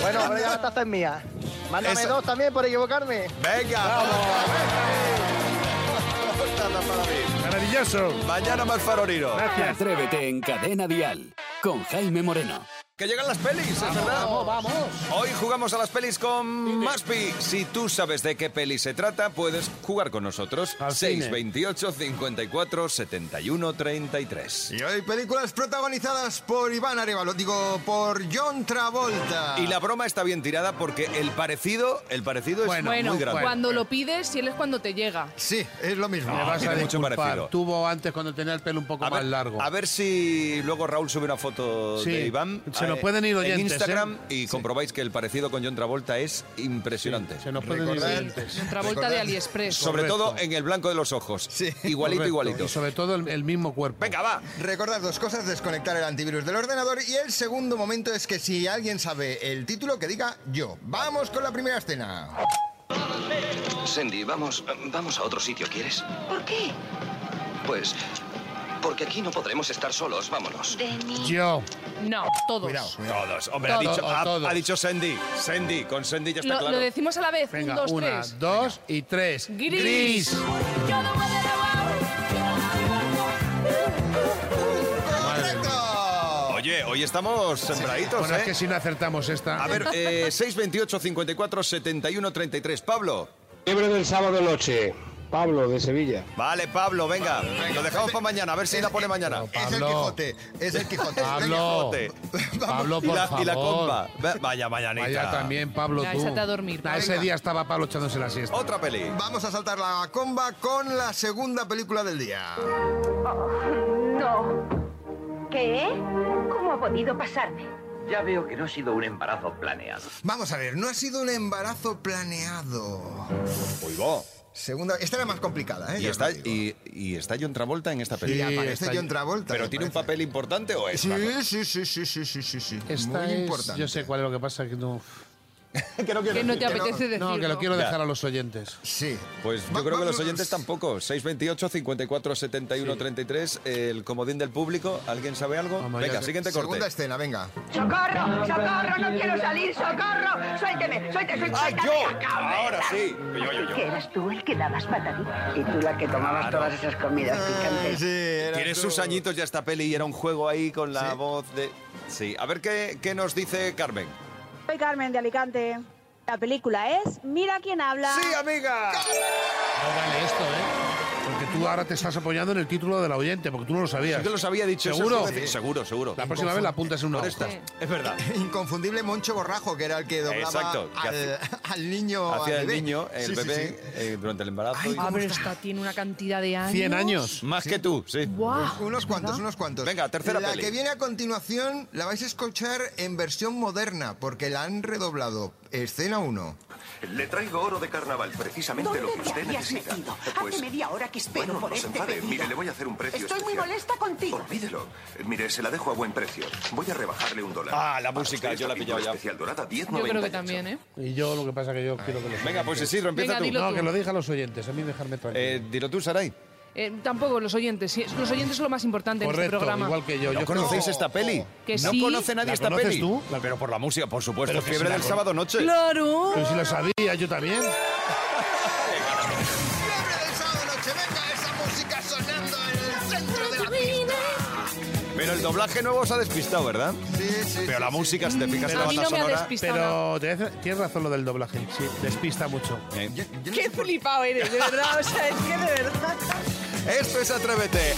Speaker 14: Bueno, ahora ya la taza es mía. Mándame
Speaker 2: Esa-
Speaker 14: dos también por equivocarme.
Speaker 2: Venga,
Speaker 15: Maravilloso.
Speaker 2: Mañana más farolino.
Speaker 6: Atrévete en Cadena Dial con Jaime Moreno.
Speaker 2: Que llegan las pelis, es verdad. Vamos, vamos. Hoy jugamos a las pelis con Maspi. Si tú sabes de qué peli se trata, puedes jugar con nosotros.
Speaker 1: cine.
Speaker 2: 628 54 71 33.
Speaker 1: Y hoy películas protagonizadas por Iván Arevalo, digo, por John Travolta.
Speaker 2: Y la broma está bien tirada porque el parecido, el parecido
Speaker 4: Bueno,
Speaker 2: es muy grande.
Speaker 4: cuando lo pides y él es cuando te llega.
Speaker 1: Sí, es lo mismo.
Speaker 2: No,
Speaker 3: Me vas
Speaker 2: tiene
Speaker 3: a
Speaker 2: mucho
Speaker 3: disculpar.
Speaker 2: parecido.
Speaker 3: Tuvo antes cuando tenía el pelo un poco más largo.
Speaker 2: A ver si luego Raúl sube una foto
Speaker 3: Sí.
Speaker 2: de Iván.
Speaker 3: Se nos
Speaker 2: eh,
Speaker 3: pueden ir
Speaker 2: En
Speaker 3: oyentes,
Speaker 2: Instagram y comprobáis que el parecido con John Travolta es impresionante.
Speaker 3: se nos pueden ir
Speaker 2: Recordad-
Speaker 3: oyentes.
Speaker 4: John Travolta de AliExpress.
Speaker 2: Sobre
Speaker 3: Correcto.
Speaker 2: todo en el blanco de los ojos. Igualito,
Speaker 3: Correcto.
Speaker 2: igualito.
Speaker 3: Y sobre todo el, el mismo cuerpo.
Speaker 2: Venga, va.
Speaker 1: Recordad dos cosas, desconectar el antivirus del ordenador y el segundo momento es que si alguien sabe el título, que diga yo. Vamos con la primera escena.
Speaker 16: Sandy, vamos, vamos a otro sitio, ¿quieres?
Speaker 17: ¿Por qué?
Speaker 16: Pues, porque aquí no podremos estar solos, vámonos.
Speaker 3: Yo.
Speaker 4: No, todos.
Speaker 2: Todos. Hombre,
Speaker 3: Todos,
Speaker 2: ha, dicho,
Speaker 3: o
Speaker 2: ha-
Speaker 3: todos.
Speaker 2: ha dicho Sandy. Sandy, con Sandy ya está
Speaker 4: Lo,
Speaker 2: claro.
Speaker 4: lo decimos a la vez.
Speaker 3: Venga,
Speaker 4: un, dos,
Speaker 3: una,
Speaker 4: tres.
Speaker 3: dos y tres.
Speaker 4: Gris.
Speaker 2: Oye, hoy estamos sembraditos,
Speaker 3: Bueno,
Speaker 2: ¿eh?
Speaker 3: es que si no acertamos esta.
Speaker 2: A ver, eh, 628 54 71 33. Pablo.
Speaker 5: Libre del sábado noche. Pablo, de Sevilla.
Speaker 2: Vale, Pablo, venga. Lo dejamos para mañana, a ver si la pone mañana.
Speaker 1: Es el Quijote, es el Quijote.
Speaker 3: Pablo. Pablo,
Speaker 2: y
Speaker 3: por
Speaker 2: la, Y la
Speaker 3: favor.
Speaker 2: compa. Va- Vaya mañanita.
Speaker 3: Vaya también, Pablo,
Speaker 4: Ya,
Speaker 3: tú.
Speaker 4: échate a dormir,
Speaker 3: Nah, ese
Speaker 1: Pablo.
Speaker 3: día estaba Pablo echándose la siesta.
Speaker 2: Otra peli.
Speaker 1: Vamos a saltar la comba con la segunda película del día.
Speaker 17: No. ¿Qué? ¿Cómo ha podido pasarme?
Speaker 16: Ya veo que no ha sido un embarazo planeado.
Speaker 1: Vamos a ver, no ha sido un embarazo planeado.
Speaker 2: Uy, va.
Speaker 1: Segunda, esta era más complicada, ¿eh?
Speaker 2: Y
Speaker 1: Ya
Speaker 2: está,
Speaker 1: os lo digo.
Speaker 2: y, y está John Travolta en esta
Speaker 1: Sí,
Speaker 2: peli.
Speaker 1: aparece está John Travolta,
Speaker 2: ¿Pero tiene un papel importante o es? flaco?
Speaker 1: Sí, sí, sí, sí, sí, sí, sí.
Speaker 3: Esta
Speaker 1: Muy
Speaker 3: es-
Speaker 1: importante.
Speaker 3: Yo sé cuál es lo que pasa, que no.
Speaker 2: que no
Speaker 4: Que no te apetece decir.
Speaker 3: No, que lo quiero
Speaker 2: Ya.
Speaker 3: dejar a los oyentes.
Speaker 1: Sí.
Speaker 2: Pues yo
Speaker 1: Va-
Speaker 2: creo que los
Speaker 1: vamos.
Speaker 2: oyentes tampoco. 628 54 71 33, el comodín del público. ¿Alguien sabe algo?
Speaker 1: Vamos,
Speaker 2: Venga,
Speaker 1: ya sé.
Speaker 2: siguiente corte.
Speaker 1: Segunda escena, venga.
Speaker 17: ¡Socorro! ¡Socorro! ¡No quiero salir! ¡Socorro! ¡Suélteme! ¡Suélteme!
Speaker 2: ¡Ah,
Speaker 17: suéltame,
Speaker 2: yo!
Speaker 17: sacadme!
Speaker 2: Ahora sí. Yo, yo, yo.
Speaker 17: Que eras tú el que dabas pataditas.
Speaker 18: Y tú la que tomabas
Speaker 19: Ah,
Speaker 2: Claro.
Speaker 18: todas esas comidas picantes.
Speaker 2: Tiene sus añitos ya esta peli y era un juego ahí con la voz de... Sí, a ver qué, qué nos dice Carmen.
Speaker 20: Soy Carmen de Alicante. La película es Mira quién habla.
Speaker 2: Sí, amiga.
Speaker 3: No vale esto, ¿eh? Porque tú ahora te estás apoyando en el título del oyente, porque tú no lo sabías.
Speaker 2: Yo te los había dicho. eso
Speaker 3: ¿Seguro?
Speaker 2: es decir, Seguro, seguro.
Speaker 3: La próxima vez la apuntas en una
Speaker 2: Por
Speaker 3: hoja.
Speaker 2: estas. Es verdad.
Speaker 1: Inconfundible Moncho Borrajo, que era el que doblaba
Speaker 2: Exacto, que
Speaker 1: al, al niño.
Speaker 2: Hacia
Speaker 1: al
Speaker 2: el
Speaker 1: bebé.
Speaker 2: niño, el
Speaker 1: Sí, sí,
Speaker 2: bebé,
Speaker 1: sí.
Speaker 2: eh, durante el embarazo. y-
Speaker 4: Ah, pero esta tiene una cantidad de años.
Speaker 2: Más que tú, sí.
Speaker 4: Guau.
Speaker 1: Unos cuantos, unos cuantos.
Speaker 2: Venga, tercera
Speaker 1: la
Speaker 2: peli.
Speaker 1: que viene a continuación la vais a escuchar en versión moderna, porque la han redoblado. Escena 1.
Speaker 19: Le traigo oro de carnaval, precisamente lo que
Speaker 17: ¿Dónde te
Speaker 19: usted
Speaker 17: habías
Speaker 19: necesita.
Speaker 17: metido?
Speaker 19: Pues,
Speaker 17: Hace media hora que espero
Speaker 19: bueno,
Speaker 17: por
Speaker 19: no se
Speaker 17: este
Speaker 19: enfade.
Speaker 17: pedido.
Speaker 19: Mire, le voy a hacer un precio
Speaker 17: Estoy muy
Speaker 19: especial.
Speaker 17: molesta contigo.
Speaker 19: Olvídelo. Eh, Mire, se la dejo a buen precio. Voy a rebajarle un dólar.
Speaker 2: Ah, la
Speaker 19: Para
Speaker 2: música,
Speaker 19: usted
Speaker 2: yo la he
Speaker 19: esta
Speaker 2: pillado
Speaker 19: pintura
Speaker 2: ya.
Speaker 19: especial dorada, 10,90.
Speaker 4: Yo creo que también, ¿eh?
Speaker 3: Y yo lo que pasa que yo quiero que lo
Speaker 2: Venga, pues Isidro, empieza Venga, tú. dilo
Speaker 3: No,
Speaker 2: tú.
Speaker 3: que lo deje a los oyentes, a mí dejarme tranquilo.
Speaker 2: Eh, dilo tú, Saray.
Speaker 4: Eh, Tampoco los oyentes. sí, Los oyentes son lo más importante en este
Speaker 3: Correcto,
Speaker 4: programa.
Speaker 3: igual que yo.
Speaker 2: ¿No
Speaker 3: yo
Speaker 2: conocéis
Speaker 3: creo-
Speaker 2: esta peli?
Speaker 4: Que
Speaker 2: no
Speaker 4: sí.
Speaker 2: conoce nadie
Speaker 3: ¿La
Speaker 2: esta
Speaker 3: conoces
Speaker 2: peli.
Speaker 3: tú?
Speaker 2: Pero por la música, por supuesto.
Speaker 3: Pero que
Speaker 2: Fiebre
Speaker 3: sí la
Speaker 2: del
Speaker 3: conozco.
Speaker 2: sábado noche.
Speaker 4: ¡Claro!
Speaker 3: Pero si lo sabía, yo también.
Speaker 1: Esa música sonando en el centro de la pista.
Speaker 2: Pero el doblaje nuevo os ha despistado, ¿verdad?
Speaker 1: Sí, sí.
Speaker 2: Pero la música, si te fijas en la banda sonora...
Speaker 3: Pero te hace- tienes razón lo del doblaje. Sí, despista mucho.
Speaker 2: Eh.
Speaker 4: Qué flipado eres, de verdad. O sea, es que de verdad.
Speaker 2: Esto es Atrévete.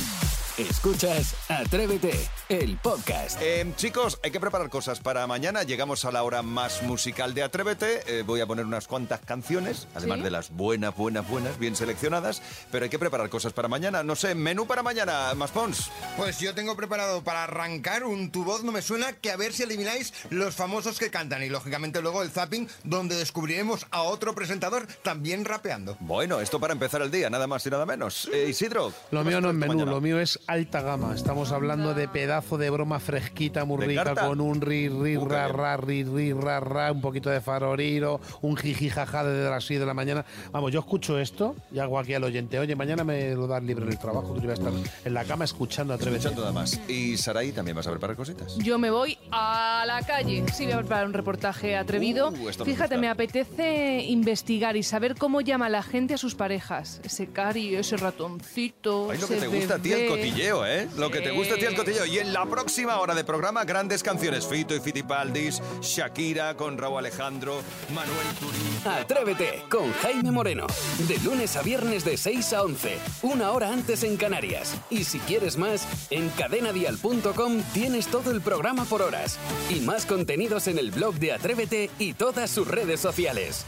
Speaker 6: Escuchas Atrévete, el podcast.
Speaker 2: Eh, chicos, hay que preparar cosas para mañana. Llegamos a la hora más musical de Atrévete. Eh, voy a poner unas cuantas canciones, además
Speaker 21: Sí.
Speaker 2: de las buenas, buenas, buenas, bien seleccionadas. Pero hay que preparar cosas para mañana. No sé, menú para mañana, más pons.
Speaker 1: Pues yo tengo preparado para arrancar un Tu voz no me suena que a ver si elimináis los famosos que cantan y lógicamente luego el zapping donde descubriremos a otro presentador también rapeando.
Speaker 2: Bueno, esto para empezar el día, nada más y nada menos. Eh, Isidro.
Speaker 3: Lo mío no es menú,
Speaker 2: mañana?
Speaker 3: lo mío es alta gama. Estamos hablando de pedazo de broma fresquita, muy
Speaker 2: ¿De
Speaker 3: rica,
Speaker 2: carta?
Speaker 3: con un ri, ri,
Speaker 2: Uh, qué
Speaker 3: ra,
Speaker 2: bien.
Speaker 3: ra, ri, ri, ra, ra, un poquito de faroriro, un jiji, jaja desde las 6 de la mañana. Vamos, yo escucho esto y hago aquí al oyente, oye, mañana me lo das libre en el trabajo, que yo voy a estar en la cama escuchando, atrévete.
Speaker 2: Escuchando nada más. Y Sarai, también vas a preparar cositas.
Speaker 4: Yo me voy a la calle. Sí, voy a preparar un reportaje atrevido.
Speaker 2: Uh, esto me
Speaker 4: Fíjate,
Speaker 2: gusta.
Speaker 4: me apetece investigar y saber cómo llama la gente a sus parejas. Ese cari, ese ratoncito.
Speaker 2: Ay, lo
Speaker 4: ese
Speaker 2: que te gusta a ti el
Speaker 4: bebé.
Speaker 2: cotilleo, ¿eh? Lo que te gusta a ti el cotilleo. Y en la próxima hora de programa, grandes canciones. Fito y Fitipaldis, Shakira con Raúl Alejandro, Manuel Turín.
Speaker 6: Atrévete con Jaime Moreno. De lunes a viernes de 6 a 11, una hora antes en Canarias. Y si quieres más, en cadenadial.com tienes todo el programa por horas y más contenidos en el blog de Atrévete y todas sus redes sociales.